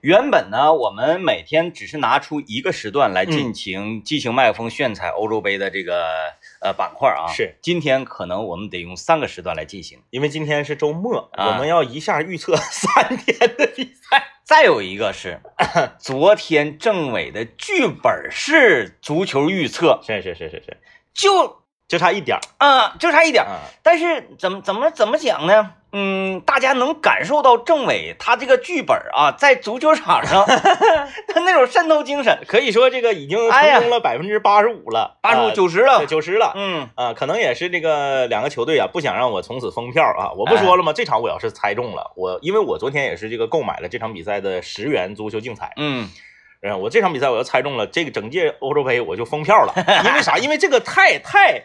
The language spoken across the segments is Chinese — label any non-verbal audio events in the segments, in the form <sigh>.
原本呢，我们每天只是拿出一个时段来进行激情麦克风炫彩欧洲杯的这个呃板块啊。是今天可能我们得用三个时段来进行。因为今天是周末，啊我们要一下预测 <laughs> 三天的比赛。再有一个是， <coughs> 昨天政委的剧本是足球预测，是是是是是，就就差一点儿。啊，就差一点儿。嗯，但是怎么怎么怎么讲呢？嗯，大家能感受到政委他这个剧本啊，在足球场上 <laughs> 他那种渗透精神，可以说这个已经哎呀成功了百分之八十五了，啊八十五九十了。九十了。嗯，啊，可能也是这个两个球队啊，不想让我从此封票啊。我不说了吗？这场我要是猜中了，我因为我昨天也是这个购买了这场比赛的十元足球竞彩，嗯，嗯，我这场比赛我要猜中了，这个整届欧洲杯我就封 <laughs> 票了。因为啥？因为这个太太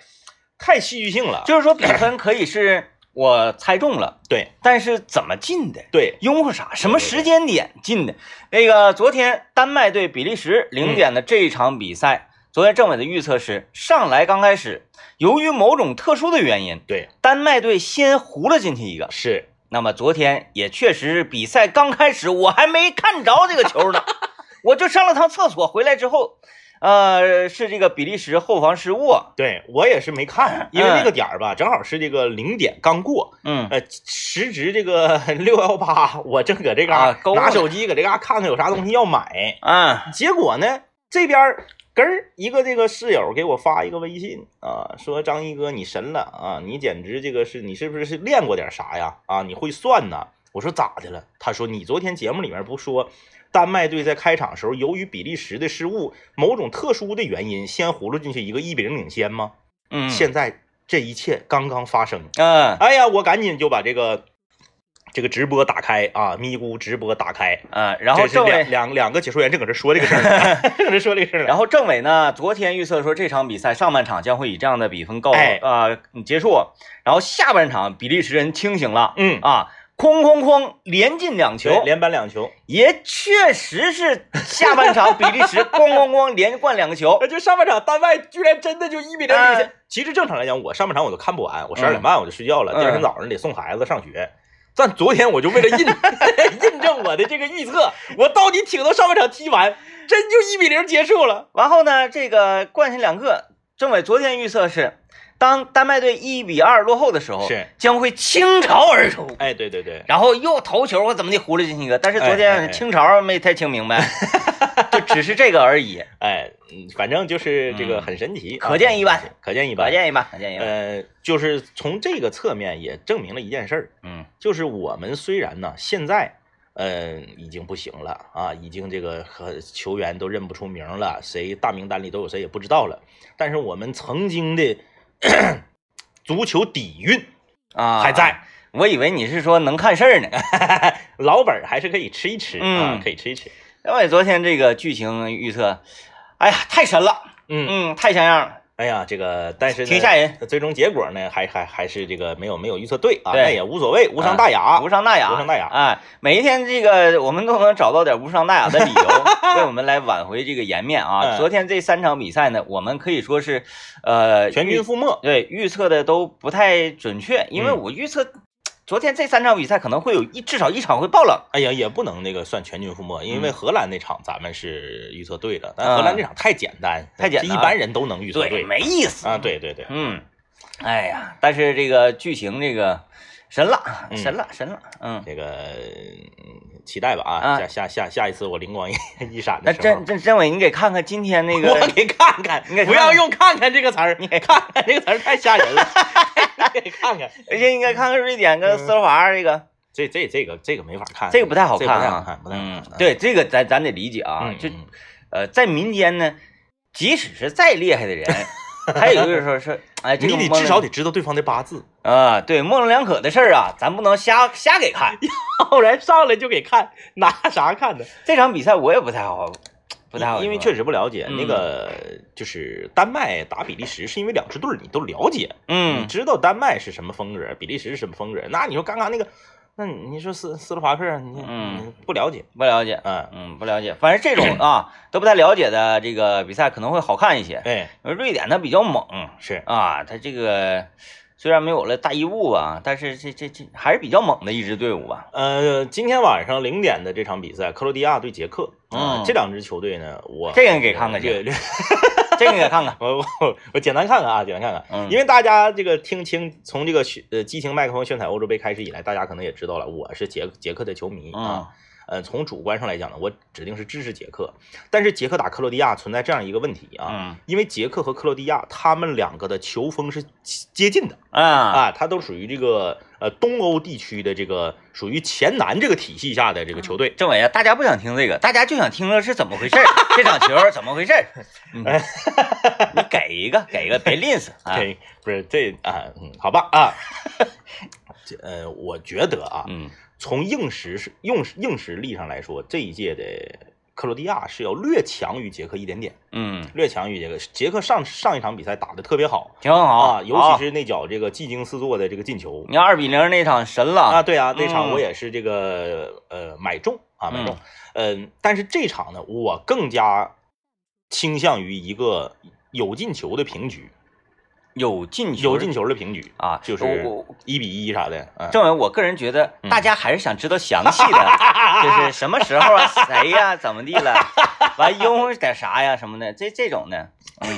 太戏剧性了。就是说比分可以是我猜中了，对但是怎么进的？对，拥护啥？什么时间点进的？那个昨天丹麦对比利时嗯零点的这一场比赛，昨天政委的预测是上来刚开始，由于某种特殊的原因，对丹麦队先糊了进去一个。是，那么昨天也确实是比赛刚开始，我还没看着这个球呢， <laughs> 我就上了趟厕所，回来之后，呃，是这个比利时后防失误，啊对我也是没看，因为那个点儿吧，正好是这个零点刚过，嗯，呃，时值这个 <laughs> 六幺八，我正搁这啊嘎、购物拿手机搁这嘎看看有啥东西要买，啊，结果呢，这边儿根儿一个这个室友给我发一个微信啊，说张一哥你神了啊，你简直这个是你是不是是练过点啥呀？啊，你会算呐？我说咋的了？他说你昨天节目里面不说，丹麦队在开场时候由于比利时的失误，某种特殊的原因先葫芦进去一个一比零领先吗？嗯，现在这一切刚刚发生。嗯哎呀，我赶紧就把这个这个直播打开啊，咪咕直播打开。嗯，然后这是政两委，两两个解说员正搁这说这个事儿呢， <laughs> 正搁这说这个事儿呢。然后政委呢，昨天预测说这场比赛上半场将会以这样的比分告哎呃结束，然后下半场比利时人清醒了嗯，啊，哐哐哐连进两球，球连扳两球，也确实是下半场比利时咣咣咣连灌两个球，那呃就上半场丹麦居然真的就一比零领先。其实正常来讲，我上半场我都看不完，我十二点半我就睡觉了，嗯第二天早上得送孩子上学。但昨天我就为了 <laughs> 印印证我的这个预测，我到底挺到上半场踢完，真就一比零结束了。然后呢，这个冠军两个，政委昨天预测是，当丹麦队一比二落后的时候，是将会倾巢而出，哎，对对对，然后又头球或怎么的糊了进去一个，但是昨哎哎天哎倾巢没太听明 <laughs> 白，就只是这个而已，哎，嗯反正就是这个嗯很神奇，啊可见一斑，可见一可斑。见一吧，可见一吧，呃，就是从这个侧面也证明了一件事儿，嗯就是我们虽然呢现在，嗯、已经不行了啊，已经这个和球员都认不出名了，谁大名单里都有谁也不知道了。但是我们曾经的 <coughs> 足球底蕴啊还在， <laughs> 我以为你是说能看事儿呢。老本儿还是可以吃一吃、啊嗯，可以吃一吃。政委昨天这个剧情预测，哎呀，太神了，嗯，嗯，太像样了，哎呀，这个但是呢挺吓人，最终结果呢，还还还是这个没有没有预测对啊，对那也无所谓，无伤大雅。无伤大雅，啊无伤大雅哎，每一天这个我们都能找到点无伤大雅的理由， <laughs> 为我们来挽回这个颜面啊。嗯昨天这三场比赛呢，我们可以说是，呃，全军预覆没，对预测的都不太准确，因为嗯我预测昨天这三场比赛可能会有一至少一场会爆冷，哎呀，也不能那个算全军覆没，因为嗯荷兰那场咱们是预测对了，啊但荷兰那场太简单，太简单一般人都能预测对。没意思啊，，对对对，嗯，哎呀，但是这个剧情这个神了，嗯神了，神了，嗯，这个嗯期待吧啊，啊下下下下一次我灵光一 <laughs> 一闪那的时真候。真真伟，你给看看今天那我个，给看看，你给看看不要用“看看”这个词儿，你给看看这个词儿太吓人了。 <laughs> 你给看看，而且应该看看瑞典跟嗯斯洛伐克这个。这这这个这个没法看，这个不太好这看个不太好啊，看，不太好看嗯。，对，这个咱咱得理解啊，嗯就嗯呃，在民间呢，即使是再厉害的 <laughs> 人，他有的时候是哎，这你个得模棱至少得知道对方的八 <laughs> 字，啊，对，模棱两可的事儿啊，咱不能瞎瞎给看。不然上来就给看，拿啥看呢？这场比赛我也不太好，不太好说，因为确实不了解、嗯那个，就是丹麦打比利时，是因为两支队儿你都了解，你嗯知道丹麦是什么风格，比利时是什么风格。那你说刚刚那个，那你说斯斯洛伐克，你、嗯你不了解，不了解，嗯，嗯不了解，反正这种啊都不太了解的这个比赛可能会好看一些。呃哎，瑞典它比较猛是啊，它这个虽然没有了大伊布啊，但是这这这还是比较猛的一支队伍吧。呃，今天晚上零点的这场比赛，克罗地亚对捷克，啊、嗯这两支球队呢，我这个给看看去略略，这个给看看我我我简单看看啊，简单看看，嗯， <laughs> 因为大家这个听清从这个炫呃激情麦克风炫彩欧洲杯开始以来，大家可能也知道了，我是捷捷克的球迷嗯啊，呃，从主观上来讲呢，我指定是支持捷克，但是捷克打克罗地亚存在这样一个问题啊，嗯因为捷克和克罗地亚他们两个的球风是接近的啊啊，它都属于这个呃东欧地区的这个属于前南这个体系下的这个球队，政委啊，大家不想听这个，大家就想听的是怎么 <laughs> 回事儿，这场球怎么回事儿？嗯你给一个，给一个，别吝啬啊。对，不是这啊，嗯，好吧啊， <laughs> 这呃，我觉得啊，嗯从硬实是用硬实力上来说，这一届的克罗地亚是要略强于捷克一点点，嗯，略强于捷克。捷克上上一场比赛打得特别好挺好啊，嗯尤其是是那脚这个技惊四座的这个进球你看二比零那场神啊，了，对啊，那场嗯我也是这个呃买中啊买中，嗯，但是这场呢，我更加倾向于一个有进球的平局，有进球，有进球的平局，啊，就是我我一比一啥的，嗯。政委，我个人觉得嗯大家还是想知道详细 <laughs> 的，就是什么时候啊，谁呀、怎么地了，完因为点啥呀什么的，这这种的，嗯， <laughs>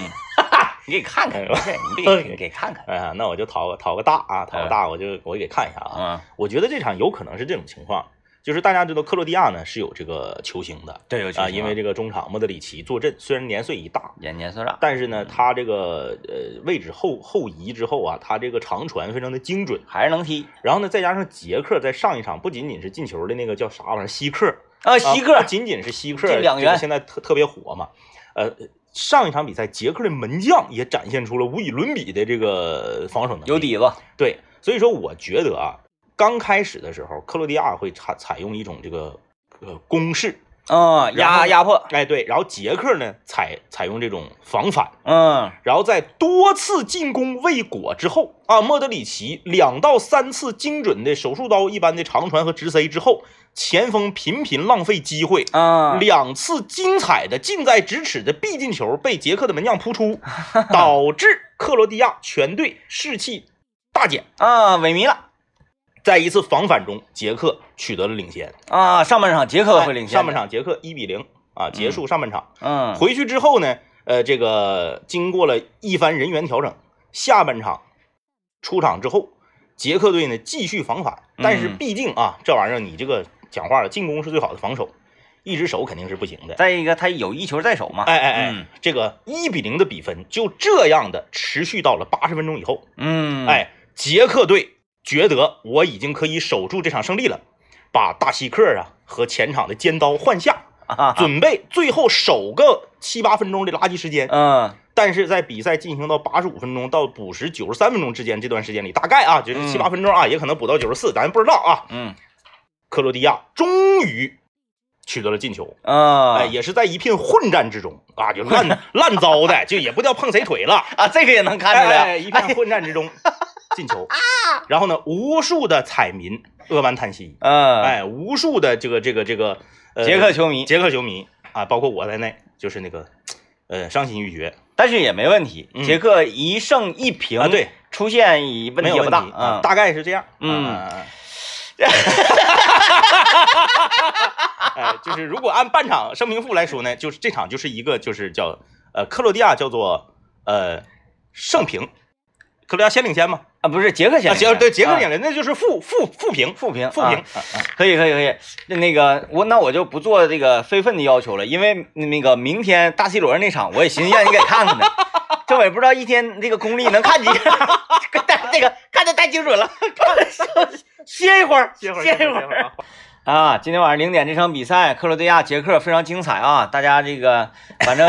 你给看看，没事，你给 <laughs> 你给看看，哎呀，那我就讨个讨个大啊，讨个大，我就我给看一下啊。啊，我觉得这场有可能是这种情况，就是大家知道克罗地亚呢是有这个球星的对，有啊，因为这个中场莫德里奇坐镇，虽然年岁已大，眼年岁大，但是呢，他这个呃位置后后移之后啊，他这个长传非常的精准。还是能踢然后呢，再加上捷克在上一场不仅仅是进球的那个叫啥玩意儿希克，啊，啊希克不仅仅是希克，这两这个元现在特特别火嘛，呃。上一场比赛，捷克的门将也展现出了无与伦比的这个防守能力。有底子，对，所以说我觉得啊，刚开始的时候，克罗地亚会采采用一种这个呃攻势，嗯，然后压压迫，哎对，然后捷克呢采采用这种防反，嗯，然后在多次进攻未果之后啊，莫德里奇两到三次精准的手术刀一般的长传和直塞之后，前锋频频浪费机会。啊，两次精彩的近在咫尺的必进球被捷克的门将扑出，导致克罗地亚全队士气大减。啊，萎靡了在一次防反中，捷克取得了领先，哎啊，上半场捷克会领先，上半，场捷克一比零啊，结束上半场。嗯，回去之后呢，呃，这个经过了一番人员调整，下半场出场之后，捷克队呢继续防反，但是嗯毕竟啊，这玩意儿你这个讲话了，进攻是最好的防守，一只手肯定是不行的。再一个他有一球在手嘛，哎哎哎，嗯这个一比零的比分就这样的持续到了八十分钟以后。嗯，，哎，捷克队觉得我已经可以守住这场胜利了，把大希克啊和前场的尖刀换下，啊，准备最后守个七八分钟的垃圾时间。嗯，但是在比赛进行到八十五分钟到补时九十三分钟之间这段时间里，大概啊就是嗯七八分钟啊，也可能补到九十四，咱不知道啊。嗯，克罗地亚终于取得了进球。啊，哎，也是在一片混战之中啊，就烂 <laughs> 烂糟的，就也不叫碰谁腿了，啊，这个也能看出哎啊哎来。哎，一片混战之中 <laughs> 进球，然后呢，无数的彩民扼腕叹息，嗯，，哎，无数的这个这个这个呃捷克球迷，捷克球迷啊，包括我在内，就是那个呃伤心欲绝但是也没问题嗯。捷克一胜一平，啊，，对，出现一问没题有也不问大题嗯，啊，大概是这样，嗯啊。 <laughs> 啊啊哎，就是如果按半场声明负来说呢，就是这场就是一个就是叫呃克罗地亚叫做呃胜平，克罗地亚先领先嘛，啊，不是捷克先啊领先，捷对捷克领啊先，那就是负负负平负评，负平啊，啊啊可以可以可以。那那个我那我就不做这个非分的要求了，因为那个明天大 C 罗那场，我也寻思让你给看 <laughs> 看呢。政委不知道一天这个功力能看几样，但这个看的太精准了， <laughs> 看得歇一会儿，歇会儿歇歇一会会儿歇会儿儿啊啊，今天晚上零点这场比赛，克罗地亚、捷克非常精彩啊！大家这个反 <laughs> 正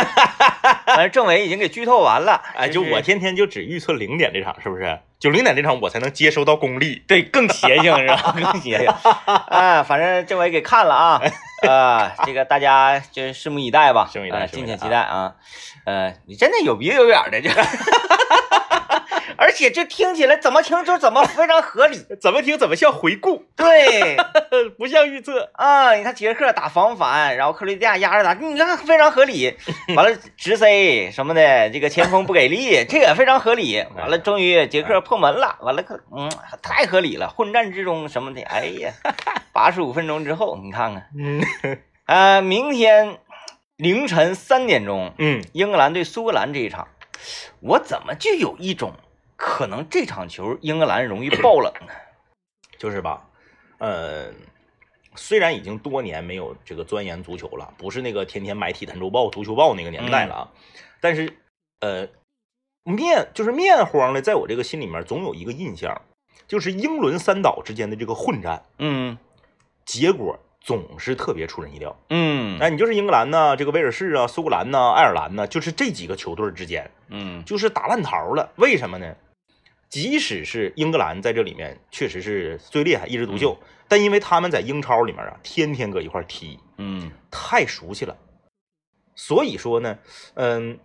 反正政委已经给剧透完了， <laughs> 哎，就我是天天就只预测零点这场，是不是？就零点这场我才能接收到功力。对更邪性是吧？更 <laughs> 邪性啊！反正政委给看了 <laughs> 啊，啊，这个大家就是拭目以待吧，拭目以待啊呃拭目敬以待请期待啊！呃，你真的有鼻子有眼儿的，就 <laughs> 而而且这听起来怎么听就怎么非常合理。 <laughs> 怎么听怎么像回顾，对 <laughs> 不像预测。啊，你看杰克打防反，然后克罗地亚压着打，你看非常合理。完了直塞什么的，这个前锋不给力，这也非常合理。完了，终于杰克破门了，完了克嗯太合理了，混战之中什么的，哎呀，八十五分钟之后你看看，嗯呃，明天凌晨三点钟，嗯，英格兰对苏格兰这一场，我怎么就有一种可能这场球英格兰容易爆冷呢？就是吧，呃，虽然已经多年没有这个钻研足球了，不是那个天天买《体坛周报》《足球报》那个年代了啊，但是呃，面就是面慌的，在我这个心里面总有一个印象，就是英伦三岛之间的这个混战，嗯结果总是特别出人意料。嗯哎，你就是英格兰呐，这个威尔士啊，苏格兰呐，爱尔兰呐，就是这几个球队之间嗯就是打烂桃了。为什么呢？即使是英格兰在这里面确实是最厉害，一枝独秀，但因为他们在英超里面啊，天天搁一块儿踢，嗯太熟悉了，所以说呢，嗯，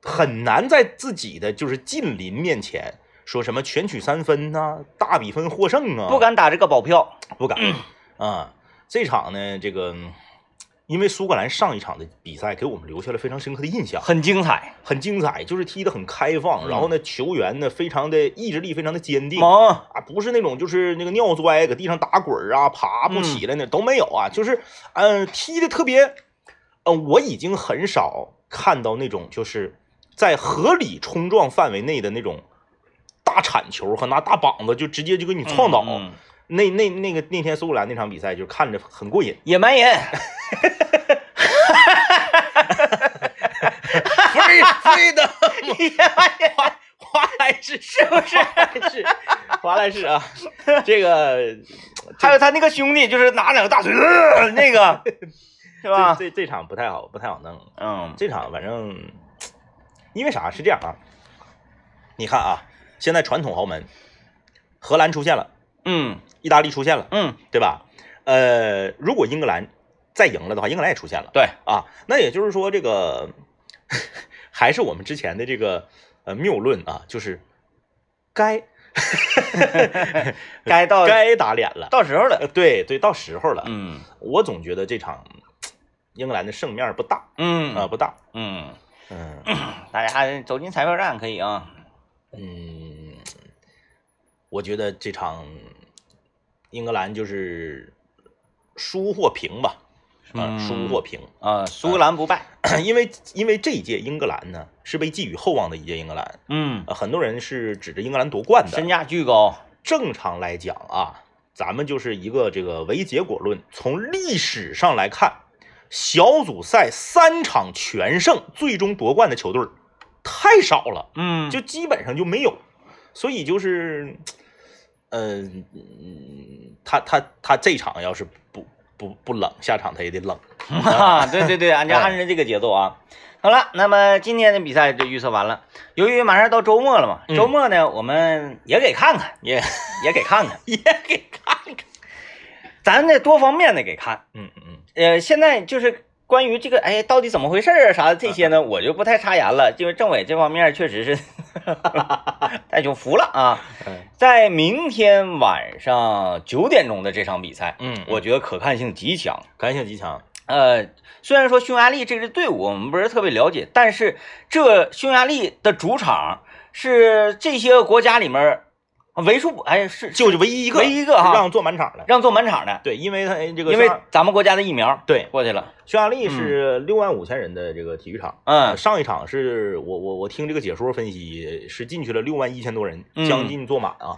很难在自己的就是近邻面前说什么全取三分呐、大比分获胜啊，不敢嗯打这个保票。不敢啊。这场呢，这个嗯因为苏格兰上一场的比赛给我们留下了非常深刻的印象，很精彩。很精彩，就是踢得很开放，然后嗯呢，球员呢非常的意志力非常的坚定猛，啊，不是那种就是那个尿摔搁地上打滚儿啊，爬嗯不起来那都没有啊，就是嗯、呃踢的特别，呃，我已经很少看到那种就是在合理冲撞范围内的那种大铲球和拿大膀子就直接就给你撞倒。嗯那那那个那天苏格兰那场比赛就看着很过瘾，野蛮人，飞飞的野蛮人，华莱 <laughs> 士是不是？华莱士，华莱士 <laughs> 啊，这个还有他那个兄弟，就是拿两个大锤，呃那个是吧？这这这场不太好，不太好弄。嗯这场反正因为啥是这样啊？你看啊，现在传统豪门，荷兰出现了，嗯意大利出现了，嗯，对吧？呃，如果英格兰再赢了的话，英格兰也出现了对，啊。那也就是说，这个 <laughs> 还是我们之前的这个呃谬论啊，就是该该到该打脸了。到时候了。呃，对对，到时候了。嗯我总觉得这场英格兰的胜面不大啊、嗯不大。嗯，嗯大家走进彩票站可以啊。嗯，我觉得这场英格兰就是输或平吧，啊、嗯输或平。 <coughs> 啊，苏格兰不败。因为因为这一届英格兰呢是被寄予厚望的一届英格兰，嗯，呃，很多人是指着英格兰夺冠身的。价巨高。正常来讲啊，咱们就是一个这个唯结果论，从历史上来看，小组赛三场全胜，最终夺冠的球队儿太少了。嗯就基本上就没有，所以就是，呃，嗯他他他这场要是不不不冷，下场他也得冷。 <laughs> 啊，对对对，按照按照这个节奏啊。好了，那么今天的比赛就预测完了。由于马上到周末了嘛，嗯周末呢，我们也给看看，也 <laughs> 也给看看，也给看看。咱得多方面的给看。嗯嗯呃，现在就是关于这个，哎，到底怎么回事儿啊啥的这些呢，我就不太插言了，因为政委这方面确实是 <laughs> 太就服了啊。嗯在明天晚上九点钟的这场比赛，嗯，我我觉得可看性极强。感性极强。呃，虽然说匈牙利这支队伍我们不是特别了解，但是这匈牙利的主场是这些个国家里面儿为数不哎是就是唯一一个唯一一个哈让坐满场的。让做满场的，对，因为他这因个匈为牙咱们国家的疫苗对过去了，匈牙利是六万五千人的这个体育场。呃嗯上一场是我我我听这个解说分析是进去了六万一千多人，嗯将近坐满啊。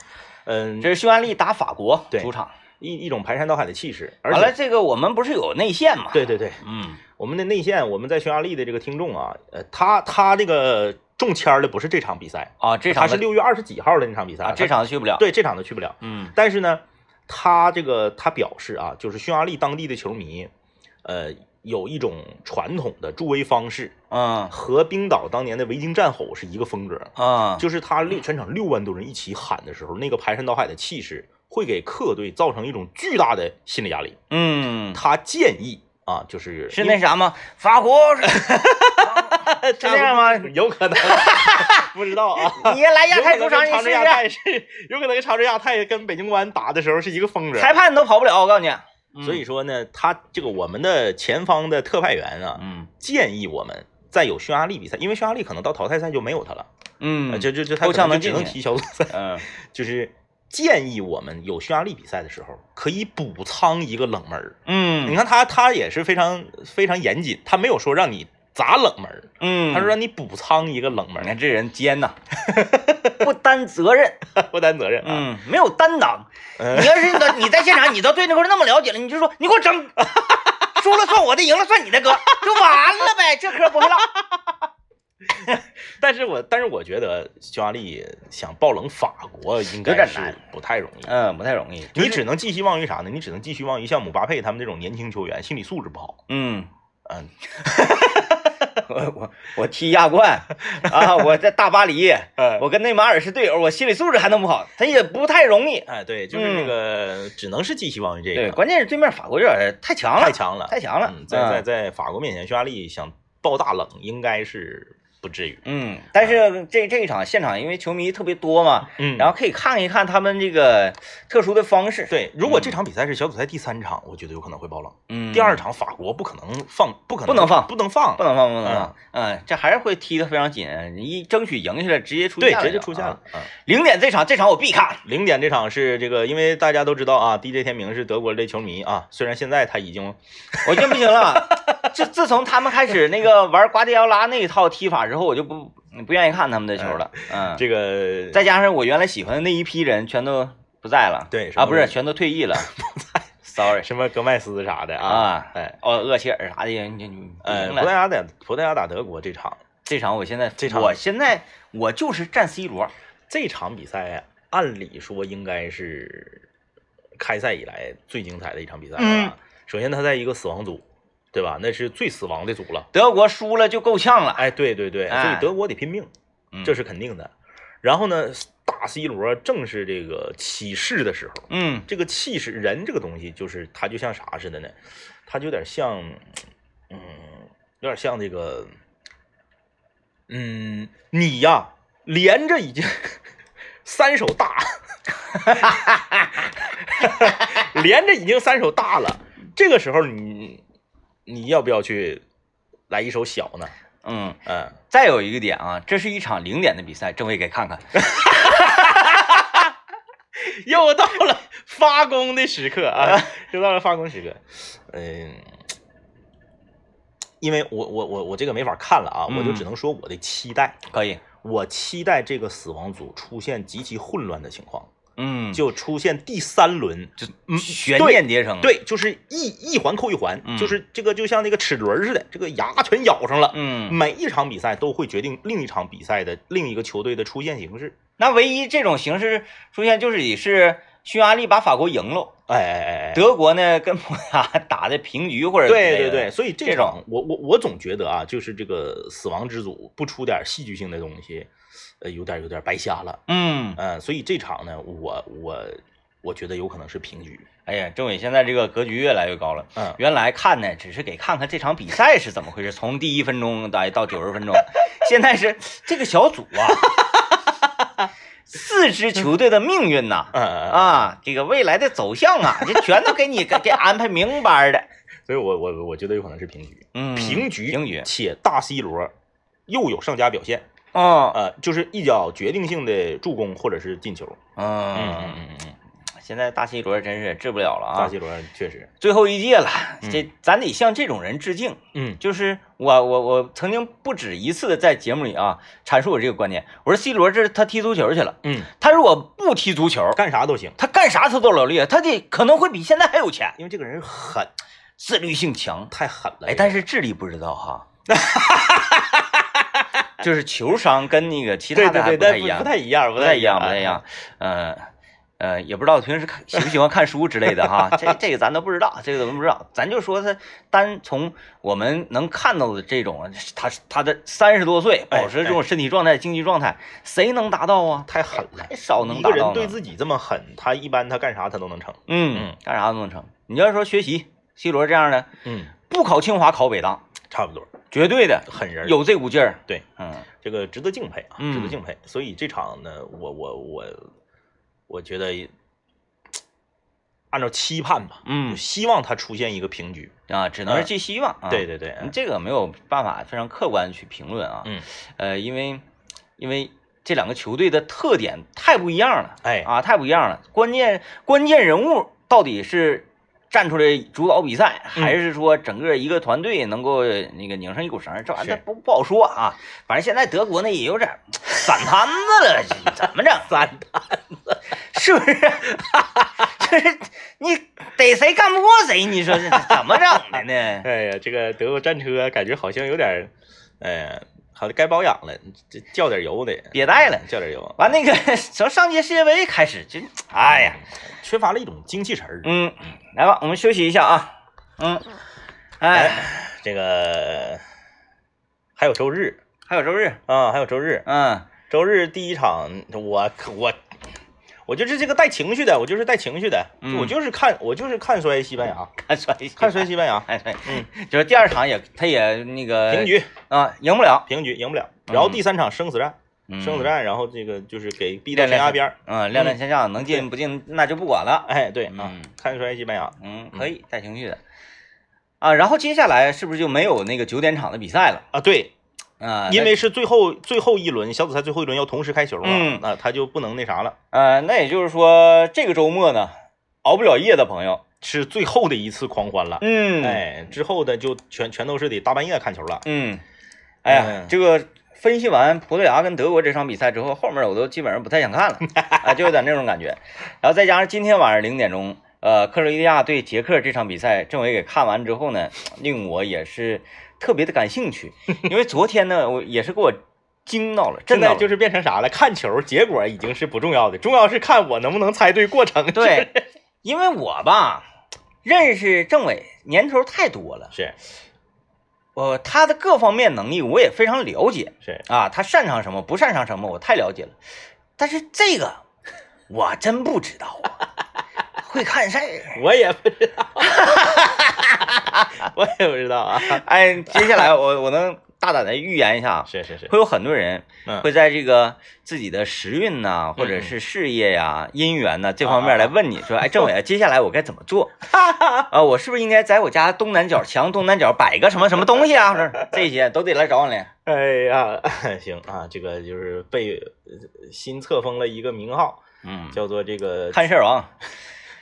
嗯，这是匈牙利打法国对主场。一一种排山倒海的气势，而完了，且这个我们不是有内线嘛？，对对对，嗯我们的内线，我们在匈牙利的这个听众啊，呃，他他这个中签儿的不是这场比赛，啊，这他场是的六月二十几号的那场比赛，啊，这他场去不了。，对这场他去不了。嗯但是呢，他这个他表示啊，就是匈牙利当地的球迷，呃，有一种传统的助威方式，嗯和冰岛当年的维京战吼是一个风格，嗯，就是他六全场六万多人一起喊的时候，那个排山倒海的气势，会给客队造成一种巨大的心理压力。嗯他建议啊，就是是因 <laughs> 那啥吗？法国是法是这样吗？有可能， <laughs> 不知道啊。你也 <laughs> 来亚有太可主能场，你试跟长治亚试。泰是，有可能跟长治亚泰跟北京国安打的时候是一个风格。裁判你都嗯跑不了，我告诉你。所以，说呢，他这个我们的前方的特派员啊，嗯建议我们在有匈牙利比赛，因为匈牙利可能到淘汰赛就没有他了，呃嗯，就就就他够可呛能能就进只能去踢小组赛，嗯就是建议我们有匈牙利比赛的时候，可以补仓一个冷门儿。你嗯看他他也是非常非常严谨，他没有说让你砸冷门儿，嗯，他说让你补仓一个冷门你儿，看这人奸 <laughs> 呐，不担责任，不担责任啊。嗯，没有担当。嗯你要是你你在现场，你都对那块儿那么了解了，你就说你给我整，输了算我的，赢了算你的，哥，就完了呗，这嗑不会落。但是我但是我觉得匈牙利想爆冷法国应有该点是难不太容易。嗯，不太容易。你只能寄希望于啥呢？你只能寄希望于像姆巴佩他们这种年轻球员，心理素质不好。嗯，嗯， <laughs> 我我我踢亚冠啊，我在大巴黎，呃，我跟内马尔是队友，我心理素质还能不好？他也不太容易。哎，对，就是这个，只能是寄希望于这对，个，关键是对面法国有点太强了太，强了，太强了嗯，。在在嗯在法国面前，匈牙利想爆大冷，应该是不至于。嗯，但是这这一场现场，因为球迷特别多嘛，嗯然后可以看一看他们这个特殊的方式。，对，如果这场比赛是小组赛第三场，我觉得有可能会爆冷。嗯，第二场法国不可能放，不可能不能放不能放不，能放，不能放，嗯，这还是会踢得非常紧，你一争取赢下来，直接出对线，了直接就出线啊了。嗯零点这场，这场我必看。零点这场是这个，因为大家都知道啊，DJ 天明是德国的球迷啊，虽然现在他已经 <laughs> 我就不行了，自自从他们开始那个玩瓜迪奥拉那一套踢法之后，我就不不愿意看他们的球了。嗯，这个再加上我原来喜欢的那一批人全都不在了，对什么啊，不是全都退役 <laughs> 了，sorry 什么格麦斯啥的 <laughs> 啊，啊，嗯哎哎，哦，厄齐尔啥的，你你你呃，赢葡萄了牙打葡萄牙打德国这场，这场我现在这场我现在我就是站 C 罗，这场比赛按理说应该是开赛以来最精彩的一场比赛嗯了吧。首先，他在一个死亡组，对吧？那是最死亡的组了。德国输了就够呛了，哎，对对对，所哎以德国得拼命，嗯这是肯定的。然后呢，大 C 罗正是这个起势的时候，嗯这个气势，人这个东西，就是他就像啥似的呢？他就有点像，嗯，有点像这个，嗯，你呀，连着已经三手大， <laughs> 连着已经三手大了，这个时候你你要不要去来一手小呢？嗯。嗯，再有一个点啊，这是一场零点的比赛，政委给看看。哎 <laughs> 又到了发功的时刻啊， <laughs> 又到了发功时刻。嗯，因为我我我我这个没法看了啊，嗯我就只能说我的期待，可以，我期待这个死亡组出现极其混乱的情况，嗯，就出现第三轮，就嗯悬对念叠升，，啊对，就是一一环扣一环，嗯就是这个就像那个齿轮似的，这个牙全咬上了。嗯，每一场比赛都会决定另一场比赛的另一个球队的出现形式。那唯一这种形式出现就是也是匈牙利把法国赢了，哎哎哎哎，德国呢跟葡萄牙打的平局或者之对类对的对，，所以这这种我我我总觉得啊，就是这个死亡之组不出点戏剧性的东西，呃，有点有点白瞎了。嗯，嗯、所以这场呢，我我我觉得有可能是平局。哎呀，政委现在这个格局越来越高了。嗯，原来看呢，只是给看看这场比赛是怎么回事，从第一分钟来到九十分 <laughs> 钟，现在是这个小组啊，四支球队的命运呐、嗯嗯嗯，啊，这个未来的走向 <laughs> 啊，这全都给你给给安排明白的。所以我我我觉得有可能是平局，嗯，平局，平局，且大 C 罗又有上佳表现，哦，呃，就是一脚决定性的助攻或者是进球。嗯，嗯嗯，现在大西罗真是治不了了大啊， C 罗确实，最后一届了，嗯这咱得向这种人致敬。嗯就是我我我曾经不止一次的在节目里啊阐述我这个观点，我说 C 罗这他踢足球去了，嗯，他如果不踢足球，干啥都行，他干啥他都老厉害，他得可能会比现在还有钱，因为这个人狠，自律性强。太狠哎，了。这个但是智力不知道哈，就是球商跟那个其他对的还对对，不太但一不样不，太一样，啊不太一样，不不太一。样。呃呃，也不知道平时看喜不喜欢看书之类的哈，这这个咱都不知道，这个咱们不知道，咱就说他单从我们能看到的这种，他他的三十多岁哎保持这种身体状态、经济状态，谁能达到啊？太狠了。太少能一达个到呢人对自己这么狠，他一般他干啥他都能成。嗯嗯，干啥都能成。你要说学习，C 罗这样的，嗯，不考清华考北大，差不多。绝对的狠人儿，有这股劲儿。对，嗯这个值得敬佩啊，嗯值得敬佩。所以这场呢，我我我我觉得按照期盼吧，嗯希望他出现一个平局。啊，只能是寄希望啊。嗯对对对，嗯嗯这个没有办法非常客观地去评论啊。嗯，呃，因为因为这两个球队的特点太不一样了。哎，啊，太不一样了。关键关键人物到底是站出来主导比赛，嗯还是说整个一个团队能够那个拧上一股绳儿？这玩意儿是不不好说啊。反正现在德国呢也有点儿散摊子了，这怎么 <laughs> 整？啊三是不是？ <laughs> 就是你逮谁干不过谁，你说这怎么整的呢？哎呀，这个德国战车感觉好像有点儿，哎，好像该保养了，这叫点油得，别带了。叫点油，完那个从上届世界杯开始就，哎呀，缺乏了一种精气神儿。嗯，来吧，我们休息一下啊。嗯，哎，这个还有周日还有周日，啊，还有周日，嗯周日第一场，我我我就是这个带情绪的，我就是带情绪的，嗯我就是看我就是看衰西班牙，看衰一下看衰西 <laughs> 班牙，哎对，嗯就是第二场也他也那个平局啊，赢不了，平局赢不了，然后第三场生死战，嗯生死，战，然后这个就是给逼到悬崖边儿，嗯，踉踉跄跄，能进不进那就不管了，哎，对啊嗯，看衰西班牙，嗯，可以带情绪的，啊，然后接下来是不是就没有那个九点场的比赛了啊，对，啊？因为是最后最后一轮小组赛最后一轮要同时开球嘛，嗯那他就不能那啥了，那呃，那也就是说这个周末呢，熬不了夜的朋友，是最后的一次狂欢了，嗯，哎，之后的就全全都是得大半夜看球了，嗯，哎呀嗯，这个分析完葡萄牙跟德国这场比赛之后，后面我都基本上不太想 <laughs> 看了，啊，就有点那种感觉。然后再加上今天晚上零点钟，呃，克罗地亚对捷克这场比赛，政委给看完之后呢，令我也是特别的感兴趣， <laughs> 因为昨天呢，我也是给我惊到了，真现的在就是变成啥了？看球结果已经是不重要的，重要是看我能不能猜对过程。对， <laughs> 因为我吧认识政委年头太多了， <laughs> 是呃，他的各方面能力我也非常了解，是啊，他擅长什么，不擅长什么，我太了解了。但是这个我真不知道啊，会看事儿。我也不知道， <laughs> 我也不知道啊。 <laughs> 哎，接下来我我能大胆的预言一下啊，是是是，会有很多人嗯会在这个自己的时运呐、或嗯者嗯是事业呀、姻缘呐这啊方啊面来问你说，哎，政委啊，接下来我该怎么 <laughs> 做？啊，我是不是应该在我家东南角墙东南角摆个什么什么东西啊？或者这些都得来找我来。哎呀， <laughs> 行啊，这个就是被呃新册封了一个名号，嗯，叫做这个看事儿啊王，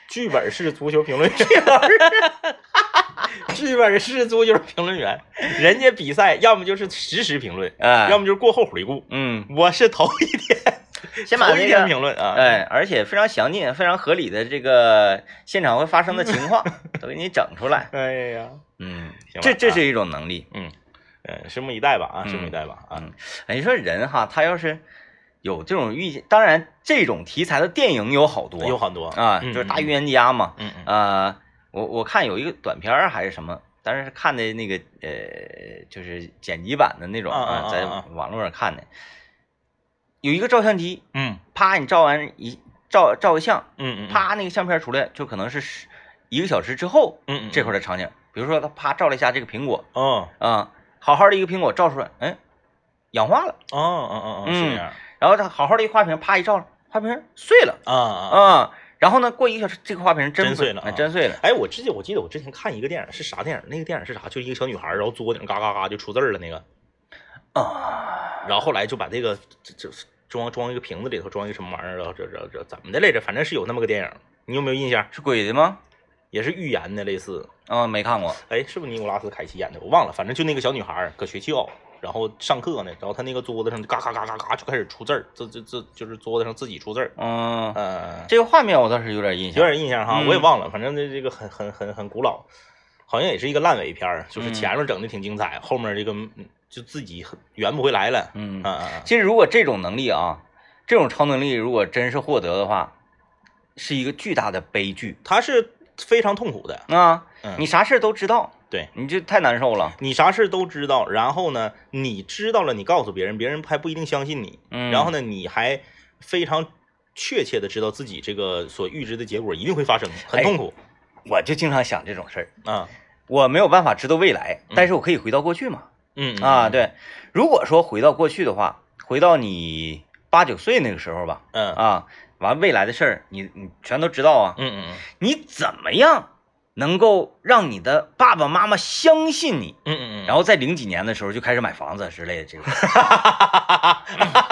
剧本式足球评论员， <laughs> 剧本式足球评论员，人家比赛要么就是实时评论，哎，要么就是过后回顾。嗯，我是头一天， <laughs> 先把头那一个天评论啊，哎，而且非常详尽、非常合理的这个现场会发生的情 <laughs> 况都给你整出来。哎呀，嗯行吧这这啊是一种能力。嗯，呃，拭目以待吧啊，嗯拭目以待吧啊，嗯，哎，你说人哈，他要是有这种预见，当然这种题材的电影有好多，有很多啊，就嗯是大嗯预言家嘛。嗯嗯啊，我我看有一个短片儿还是什么。但是看的那个呃，就是剪辑版的那种啊啊啊在啊网络上看的，有一个照相机，嗯啪，你照完一照照个相，嗯嗯，啪，那个相片出来就可能是十一个小时之后嗯嗯这块儿的场景。比如说他啪照了一下这个苹果哦啊、好好的一个苹果照出来，哎，氧化了。哦哦哦嗯哦，是这样然后他好好的一个花瓶，啪一照，花瓶碎了啊啊。啊啊、然后呢，过一个小时，这个花瓶真真碎了哎啊真碎 <laughs> 了。哎，我之前我记得我之前看一个电影是啥电影？那个电影是啥？就一个小女孩，然后桌顶嘎嘎嘎就出字儿了那个，啊，然后后来就把这个这这装装一个瓶子里头装一个什么玩意儿，然后这这这怎么的来着？反正是有那么个电影，你有没有印象？是鬼的吗？也是预言的类似，啊、没看过。哎，是不是尼古拉斯凯奇演的？我忘了，反正就那个小女孩儿搁学校，然后上课呢，然后她那个桌子上就嘎嘎嘎嘎嘎就开始出字儿，这这这就是桌子上自己出字儿，嗯、嗯、这个画面我倒是有点印有象。点印象哈，嗯我也忘了，反正这这个很很很很古老，好像也是一个烂尾片儿，就是嗯前面整的挺精彩，后面这个嗯就自己很圆不回来了，嗯嗯，嗯其实如果这种能力啊，这种超能力如果真是获得的话，是一个巨大的悲剧他是非常痛苦的，啊。嗯你啥事儿都知道，对你这太难受了。你啥事儿都知道，然后呢，你知道了，你告诉别人，别人还不一定相信你，嗯，然后呢，你还非常确切的知道自己这个所预知的结果一定会发生，哎很痛苦我就经常想这种事儿，啊。我没有办法知道未来嗯，但是我可以回到过去嘛。嗯啊。，对，如果说回到过去的话，回到你八九岁那个时候吧，嗯啊，完未来的事儿，你你全都知道啊。嗯嗯你怎么样能够让你的爸爸妈妈相信你？嗯嗯嗯，然后在零几年的时候就开始买房子之类的这个， <laughs>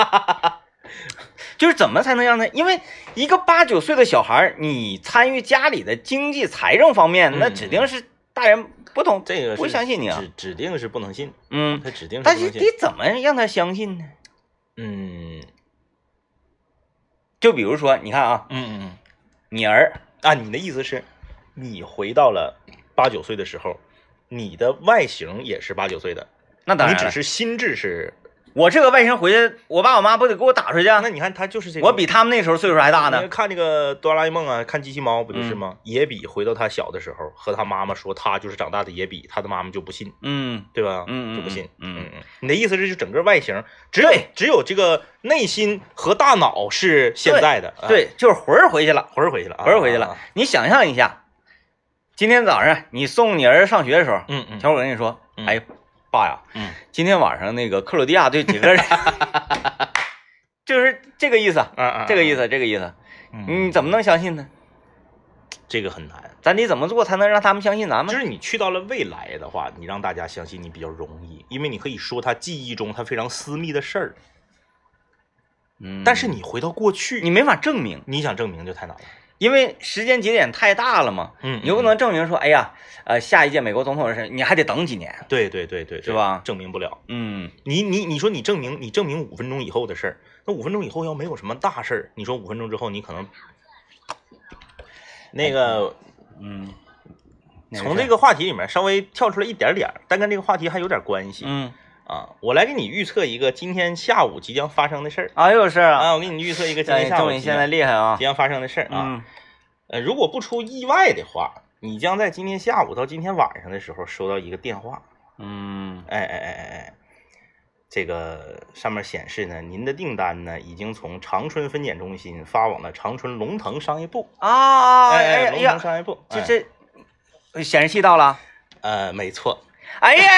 就是怎么才能让他？因为一个八九岁的小孩儿，你参与家里的经济财政方面，那嗯指定是大人不懂，这个不是相信你啊。指指定是不能信，嗯，他指定是但不是能得信。怎么让他相信呢？嗯就比如说，你看啊，嗯嗯嗯，你儿，啊，你的意思是，你回到了八九岁的时候，你的外形也是八九岁的，那当你然只了是心智是。我这个外甥回去，我爸我妈不得给我打出去啊？那你看他就是这个，我比他们那时候岁数还大嗯你呢。看这个哆啦 A 梦啊，看机器猫不就是吗？野比回到他小的时候，和他妈妈说他就是长大的野比，他的妈妈就不信，嗯对吧？嗯嗯就不信。嗯嗯嗯，你的意思是，就整个外形，只有对只有这个内心和大脑是现在的，啊，嗯对，就是魂儿回去了。魂儿回去了啊，魂儿回去啊了。。你想象一下，今天早上你送你儿子上学的时候，嗯嗯小伙跟你说：“嗯哎，爸呀，嗯今天晚上那个克罗地亚对几 <laughs> 个人，就是这个意思，啊啊，这个意思，思，这个意思。你嗯，怎么能相信呢？这个很难。咱得怎么做才能让他们相信咱就们？是你去到了未来的话，你让大家相信你比较容易，因为你可以说他记忆中他非常私密的事儿。嗯但是你回到过去，你没法证明，你想证明就太难了。因为时间节点太大了嘛。嗯你又不能证明说，哎呀，呃，下一届美国总统的事，你还得等几年。对对对对，对是吧证明不了。嗯，你你你说你证明你证明五分钟以后的事儿，那五分钟以后要没有什么大事儿，你说五分钟之后你可能那个嗯，从这，个话题里面稍微跳出来一点点儿，但跟这个话题还有点关系嗯，啊。我来给你预测一个今天下午即将发生的事儿啊，又有事儿啊。啊，我给你预测一个今哎，天下仲午即你现将在厉害啊即！将发生的事儿啊。嗯，呃，如果不出意外的话，你将在今天下午到今天晚上的时候收到一个电话。嗯，哎哎哎哎哎，这个上面显示呢，您的订单呢已经从长春分拣中心发往了长春龙腾商业部。啊，哎哎龙呀腾，商业部，这哎这显示器到了，呃，没错。哎呀， <laughs>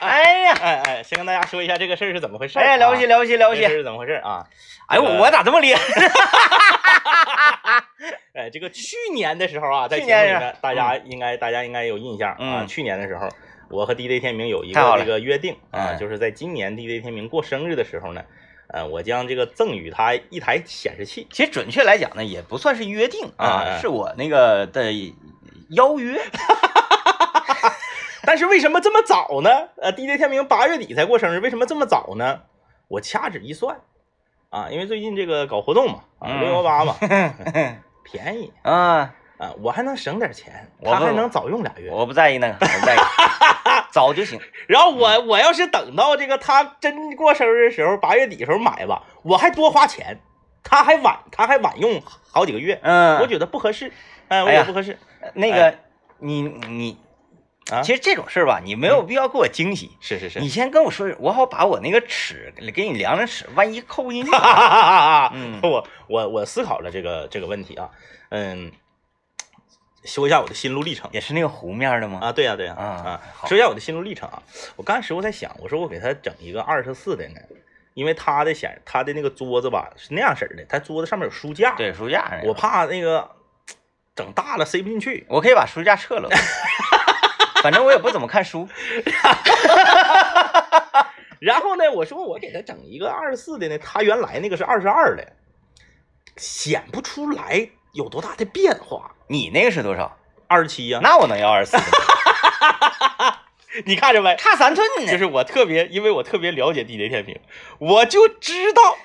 哎呀，哎哎，先跟大家说一下这个事儿是怎么回事、啊。哎呀，了不起，了不起，了这不个起事！儿是怎么回事啊？哎，我我咋这么厉害？ <laughs> 哎，这个去年嗯的时候啊，在去节目年里是面，大家应该、大家应该有印象啊。嗯去年的时候，我和 DJ 天明有一太好个了这个约定啊，嗯就是在今年 DJ 天明过生日的时候呢，呃，我将这个赠予他一台显示器。其实准确来讲呢，也不算是约定哎哎啊，是我那个的邀约。 <laughs> 但是为什么这么早呢？呃，DJ 天明八月底才过生日，为什么这么早呢？我掐指一算，啊，因为最近这个搞活动嘛，啊，嗯六幺 <laughs> 八嘛，便宜啊，啊，我还能省点钱，我他不还能早用俩月。我不在意那个，我不 <laughs> 在意，早就行。然后我嗯我要是等到这个他真过生日的时候，八月底的时候买吧，我还多花钱，他还晚他还晚用好几个月，我嗯，觉得不合适，哎，我哎觉呀得不合适。那个你你啊，其实这种事儿吧，你没有必要给我惊喜。是是是，你先跟我说，我好把我那个尺给你量量尺，万一扣不进去哈 <laughs> 哈哈哈哈嗯！我我我思考了这个这个问题啊，嗯，说一下我的心路历程也是那个弧面的吗？啊，对呀、对呀啊啊，好说一下我的心路历程啊。我刚开始我在想，我说我给他整一个二十四的呢，因为他的显他的那个桌子吧是那样式儿的，他桌子上面有书架，对，书架那个我怕那个整大了塞不进去。我可以把书架 <laughs> 撤了，反正我也不怎么看书。然后呢，我说我给他整一个二十四的呢，他原来那个是二十二的，显不出来有多大的变化。你那个是多少？二十七呀，那我能要二十四， <laughs> 你看着没？差三寸就呢。是我特别，因为我特别了解地雷天平，我就知道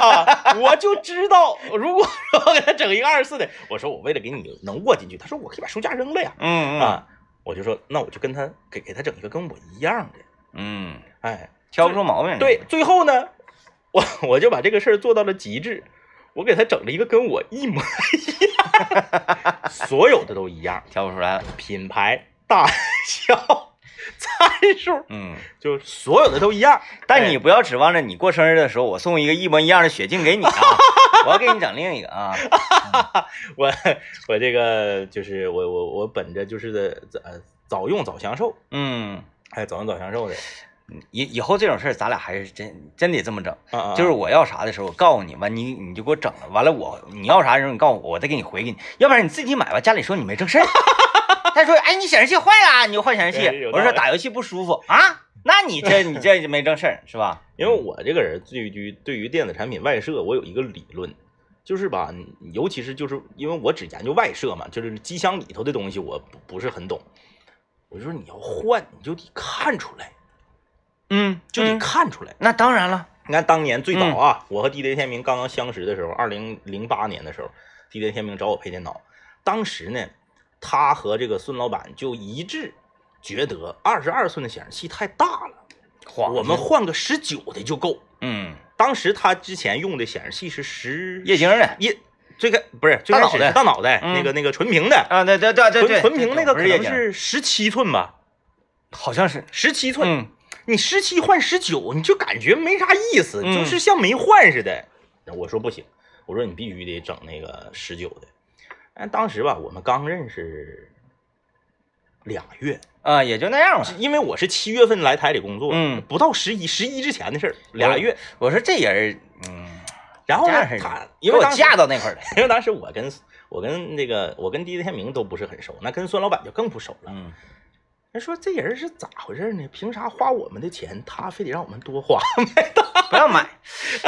啊，我就知道，如果说我给他整一个二十四的，我说我为了给你能握进去，他说我可以把书架扔了呀，嗯嗯啊，我就说那我就跟他给给他整一个跟我一样的，嗯，哎，挑不出毛病来。对，最后呢，我我就把这个事儿做到了极致，我给他整了一个跟我一模一样，所有的都 <laughs> 一样，挑不出来了。品牌、大小、参数，嗯，就是所有的都一样，但你不要指望着你过生日的时候，我送一个一模一样的雪镜给你 <laughs> 啊，我要给你整另一个啊。我我这个就是我我我本着就是的呃早用早享受嗯，哎，早上早享 <laughs> 受的，以以后这种事儿，咱俩还是真真得这么整。啊就是我要啥的时候，我告诉你完，你你就给我整了。完了我你要啥的时候，你告诉我，我再给你回给你。要不然你自己买吧，家里说你没正 <laughs> 事儿。他说：“哎，你显示器坏了，你就换显示哎器。”有道我理说：“打游戏不舒服啊？那你这你这就没正事儿是吧？因为我这个人对于对于电子产品外设，我有一个理论，就是吧，你尤其是就是因为我只研究外设嘛，就是机箱里头的东西我不不是很懂。我就说你要换，你就得看出来，嗯，就得嗯看出来。那当然了，你看当年最嗯早啊，我和地雷天明刚刚相识的时候，二零零八年的时候，地雷天明找我配电脑，当时呢，他和这个孙老板就一致觉得二十二寸的显示器太大了，晃我们换个十九的就够。嗯，当时他之前用的显示器是十液晶的液，最开不是最开大始脑是袋大脑袋嗯那个那个纯平的，啊，对对对对对，纯纯平那个不可是液能晶，是十七寸吧，好像是，十七寸，嗯你十七换十九，你就感觉没啥意思，嗯就是像没换似的。我说不行，我说你必须得整那个十九的。但当时吧，我们刚认识俩月，啊，也就那样吧。因为我是七月份来台里工作，嗯不到十一，十一之前的事儿，俩月。我说这人，嗯，然后这呢样式，的他给因为我当时嫁到那块儿 <laughs> 来，因为当时我跟我跟那个我跟第一天明都不是很熟，那跟孙老板就更不熟了。嗯，人说这人是咋回事呢？凭啥花我们的钱，他非得让我们多花？不要买，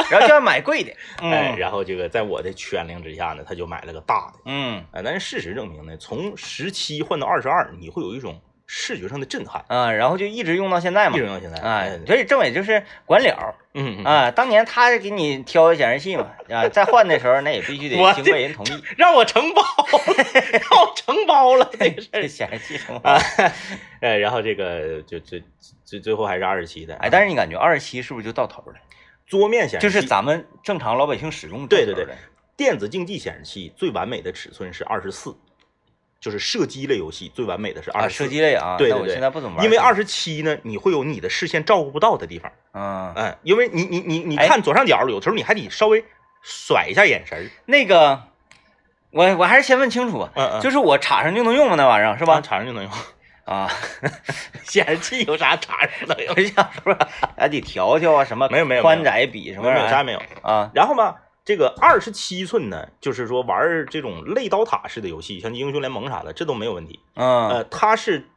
然后就要买贵 <laughs> 的，哎，嗯然后这个在我的圈领之下呢，他就买了个大的。嗯哎，但是事实证明呢，从十七换到二十二，你会有一种视觉上的震撼，啊，然后就一直用到现在嘛一，直到现在。哎哎，，所以政委就是管了嗯，嗯啊，当年他给你挑显示器嘛，啊，再换的时候那也必须得我经过人同意，让我承包了， <laughs> 让我承包了这个 <laughs> 事这儿显示器什么。啊。 <laughs> 哎，然后这个就最最最后还是二十七的，哎，但是你感觉二十七是不是就到头了？桌面显就示是器咱们正常老百姓使用对对对到头了电子竞技显示器最完美的尺寸是二十四，就是射击类游戏最完美的是啊，二十射击类啊，对对但我对现在不怎么玩，因为二，十七呢，你会有你的视线照顾不到的地方，嗯，嗯，因为你你你你哎看左上角，有时候你还得稍微甩一下眼神儿，那个，我我还是先问清楚啊，嗯嗯，就是我插上就能用吗？那玩意儿是是吧？吧？插上就能用，啊， <laughs> 显示器有啥插上能用我？想说还得调调啊，什么没 <laughs> 有没有没有宽窄比什没么有啥玩意没有。儿啊，然后吧，这个二十七寸呢，就是说玩儿这种类刀塔式的游戏，像英雄联盟啥的，这都没有问题。嗯呃，它是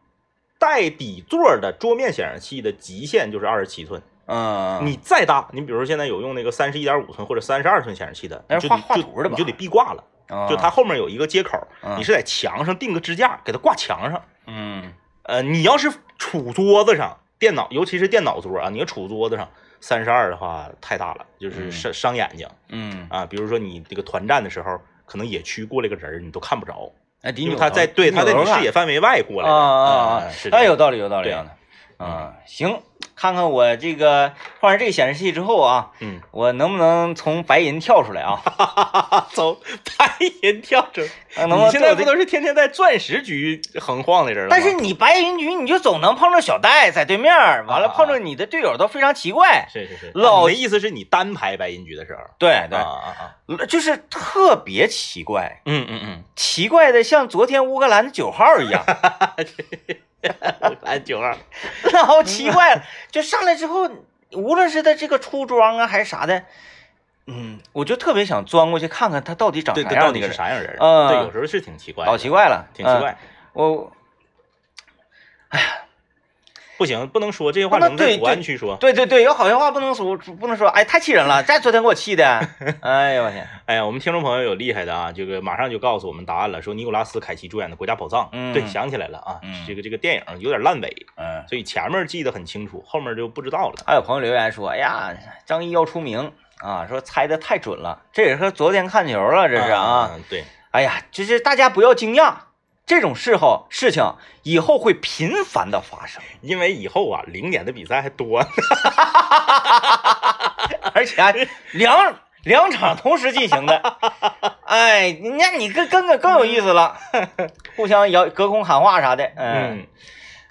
带底座的桌面显示器的极限就是二十七寸。嗯，你再大，你比如说现在有用那个三十一点五寸或者三十二寸显示器的，那你是就画得画就图的吧你就得壁挂了。啊就它后面有一个接口，嗯你是在墙上定个支架，给它挂墙上。嗯呃，你要是杵桌子上，电脑尤其是电脑桌啊，你要杵桌子上，三十二的话太大了，就是嗯伤伤眼睛嗯，啊。比如说你这个团战的时候，可能野区过来个人儿，你都看不着，哎，得因为扭他头在对得他在扭你头看视野范围外过来啊的啊啊，是哎，有的，道理有道理对啊，啊，行，看看我这个换上这个显示器之后啊， <laughs> 嗯，我能不能从白银跳出来 <laughs> 啊？走，白银跳绳。啊能不你能现在对不我这都是天天在钻石局横晃的人了吗？但是你白银局，你就总能碰着小戴在对面儿，完了啊啊碰着你的队友都非常奇怪。是是是，老你的意思是你单排白银局的时候，对啊啊啊，对，就是特别奇怪。嗯嗯嗯。奇怪的像昨天乌克兰的九号一样，俺九二， <laughs> 老奇怪了。就上来之后，无论是他这个出装啊还是啥的，嗯，我就特别想钻过去看看他到底长 <laughs> 对啥对，样到的一底个是人，啥样人？啊嗯对，有时候是挺奇怪的，老奇怪了，挺奇怪。嗯。我，不行，不能说这些话，那能在对国安区说。对对对，有好些话不能说，不能说，哎，太气人了！这昨天给我 <laughs> 气的，哎呦我天，哎呀，我们听众朋友有厉害的啊，这个马上就告诉我们答案了，说尼古拉斯凯奇主演的《国家宝藏》，嗯对，想起来了啊，嗯这个这个电影有点烂尾，嗯。所以前面记得很清楚，后面就不知道了。还有朋友留言说，哎呀，张一要出名啊，说猜的太准了，这也是昨天看球了，这是啊嗯，对，哎呀，就是大家不要惊讶，这种事后事情以后会频繁的发生，因为以后啊，零点的比赛还哎多呢， <laughs> 而且还两两场同时进行的。哎，那你更更更有意思了，嗯互相遥隔空喊话啥的。嗯，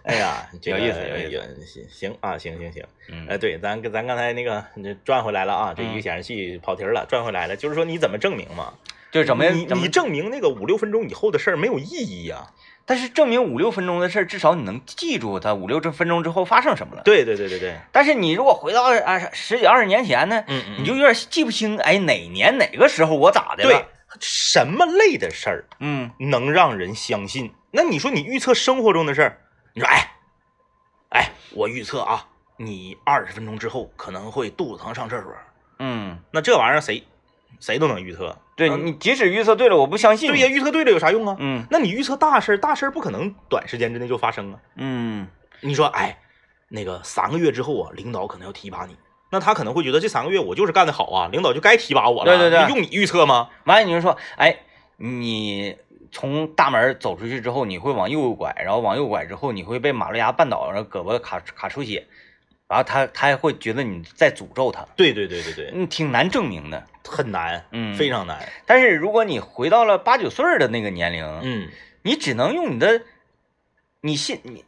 哎 <laughs> 呀，这个有意思有意思，行啊，行行行。嗯哎，对，咱咱刚才那个你转回来了啊，这一嗯个显示器跑题儿了，转回来了，就是说你怎么证明嘛？就是怎么你怎么你证明那个五六分钟以后的事儿没有意义呀、但是证明五六分钟的事儿，至少你能记住它五六这分钟之后发生什么了。对对对对对，但是你如果回到二二十几二十年前呢，嗯嗯你就有点记不清，哎，哪年哪个时候我咋的了？对什么类的事儿嗯，能让人相信？那你说你预测生活中的事儿，你说哎哎，我预测啊，你二十分钟之后可能会肚子疼上厕所，嗯，那这玩意儿谁谁都能预测。对嗯你即使预测对了，我不相信对你。呀，预测对了有啥用啊？嗯那你预测大事儿，大事儿不可能短时间之内就发生啊。嗯你说，哎，那个三个月之后啊，领导可能要提拔你，那他可能会觉得这三个月我就是干得好啊，领导就该提拔我了。对对对用你预测吗？完了你就说，哎，你从大门走出去之后，你会往右拐，然后往右拐之后，你会被马路牙绊倒，然后胳膊卡卡出血，然后他他还会觉得你在诅咒他，对对对对对，嗯，挺难证明的。很难，嗯非常难，但是如果你回到了八九岁儿的那个年龄，嗯你只能用你的，你信你，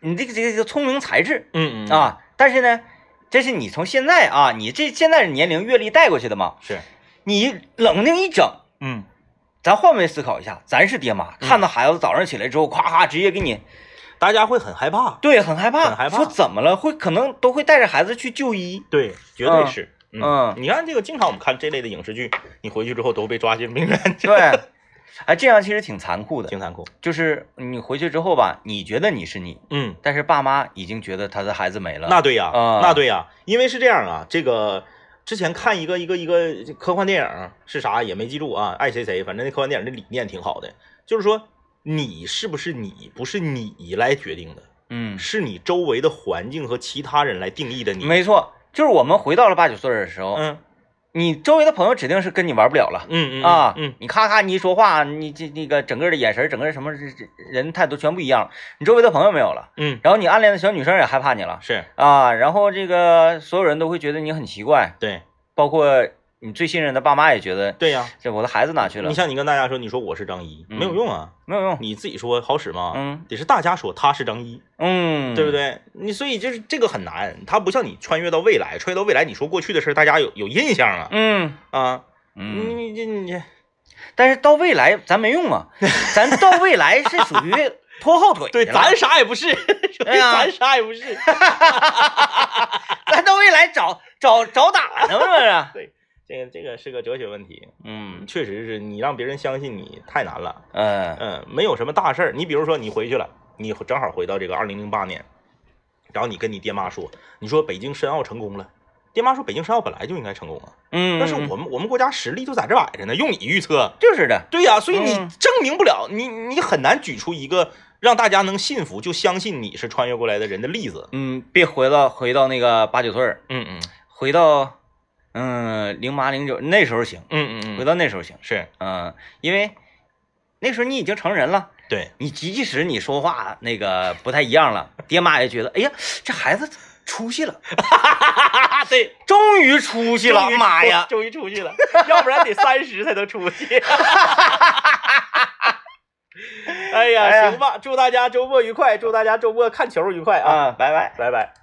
你这个这个这个聪明才智嗯嗯，啊。但是呢，这是你从现在啊，你这现在年龄阅历带过去的嘛，是，你冷静一整，嗯，咱换位思考一下，咱是爹妈，嗯看到孩子早上起来之后，咵咵直接给你，大家会很害怕，对，很害怕，很害怕说怎么了，会可能都会带着孩子去就医，对，绝嗯对是。嗯你看这个，经常我们看这类的影视剧，你回去之后都被抓进病院，对， <laughs> 哎，这样其实挺残酷的， <laughs> 挺残酷。就是你回去之后吧，你觉得你是你，嗯，但是爸妈已经觉得他的孩子没了，那对呀，啊那对呀，因为是这样啊，这个之前看一个一个一个科幻电影是啥也没记住啊，爱谁谁，反正那科幻电影的理念挺好的，就是说你是不是你，不是你来决定的，嗯，是你周围的环境和其他人来定义的你。没错，就是我们回到了八九岁的时候，嗯你周围的朋友指定是跟你玩不了了。嗯嗯啊，嗯，你咔咔，你一说话，你这那个整个的眼神，整个什么人态度全不一样了，你周围的朋友没有了，嗯，然后你暗恋的小女生也害怕你了，是啊，然后这个所有人都会觉得你很奇怪，对包括你最信任的爸妈也觉得对呀、这我的孩子哪去了你？像你跟大家说，你说我是张一，嗯没有用啊，没有用，你自己说好使吗？嗯得是大家说他是张一，嗯，对不？对？你所以就是这个很难，它不像你穿越到未来，穿越到未来你说过去的事儿，大家有有印象啊嗯啊！嗯，你这你这但是到未来咱没 <laughs> 用啊，咱到未来是属于拖后腿对，的咱了啥也不 <laughs> 是，哎呀咱啥也不 <laughs> 是。咱到未来找找找打呢，是不是？这个这个是个哲学问题，嗯确实是你让别人相信你太难了。嗯嗯，没有什么大事儿。你比如说你回去了，你正好回到这个二零零八年，然后你跟你爹妈说，你说北京申奥成功了，爹妈说北京申奥本来就应该成功啊，嗯，但是我们我们国家实力就在这摆着呢，用你预测。就是的，对呀、所以你嗯证明不了，你你很难举出一个让大家能信服就相信你是穿越过来的人的例子。嗯，别回到回到那个八九岁儿，嗯嗯回到嗯零八零九那时候行，嗯嗯回嗯，到那时候行，是嗯，因为那时候你已经成人了，对你即使你说话那个不太一样了，爹妈也觉得，哎呀，这孩子出息了，啊， <laughs> 对，终于出息了，妈呀！终于出去了，要不然得三十才能出去。 <laughs> 哎哎呀哎呀，行吧，祝大家周末愉快，祝大家周末看球愉快啊，啊，拜拜。拜拜。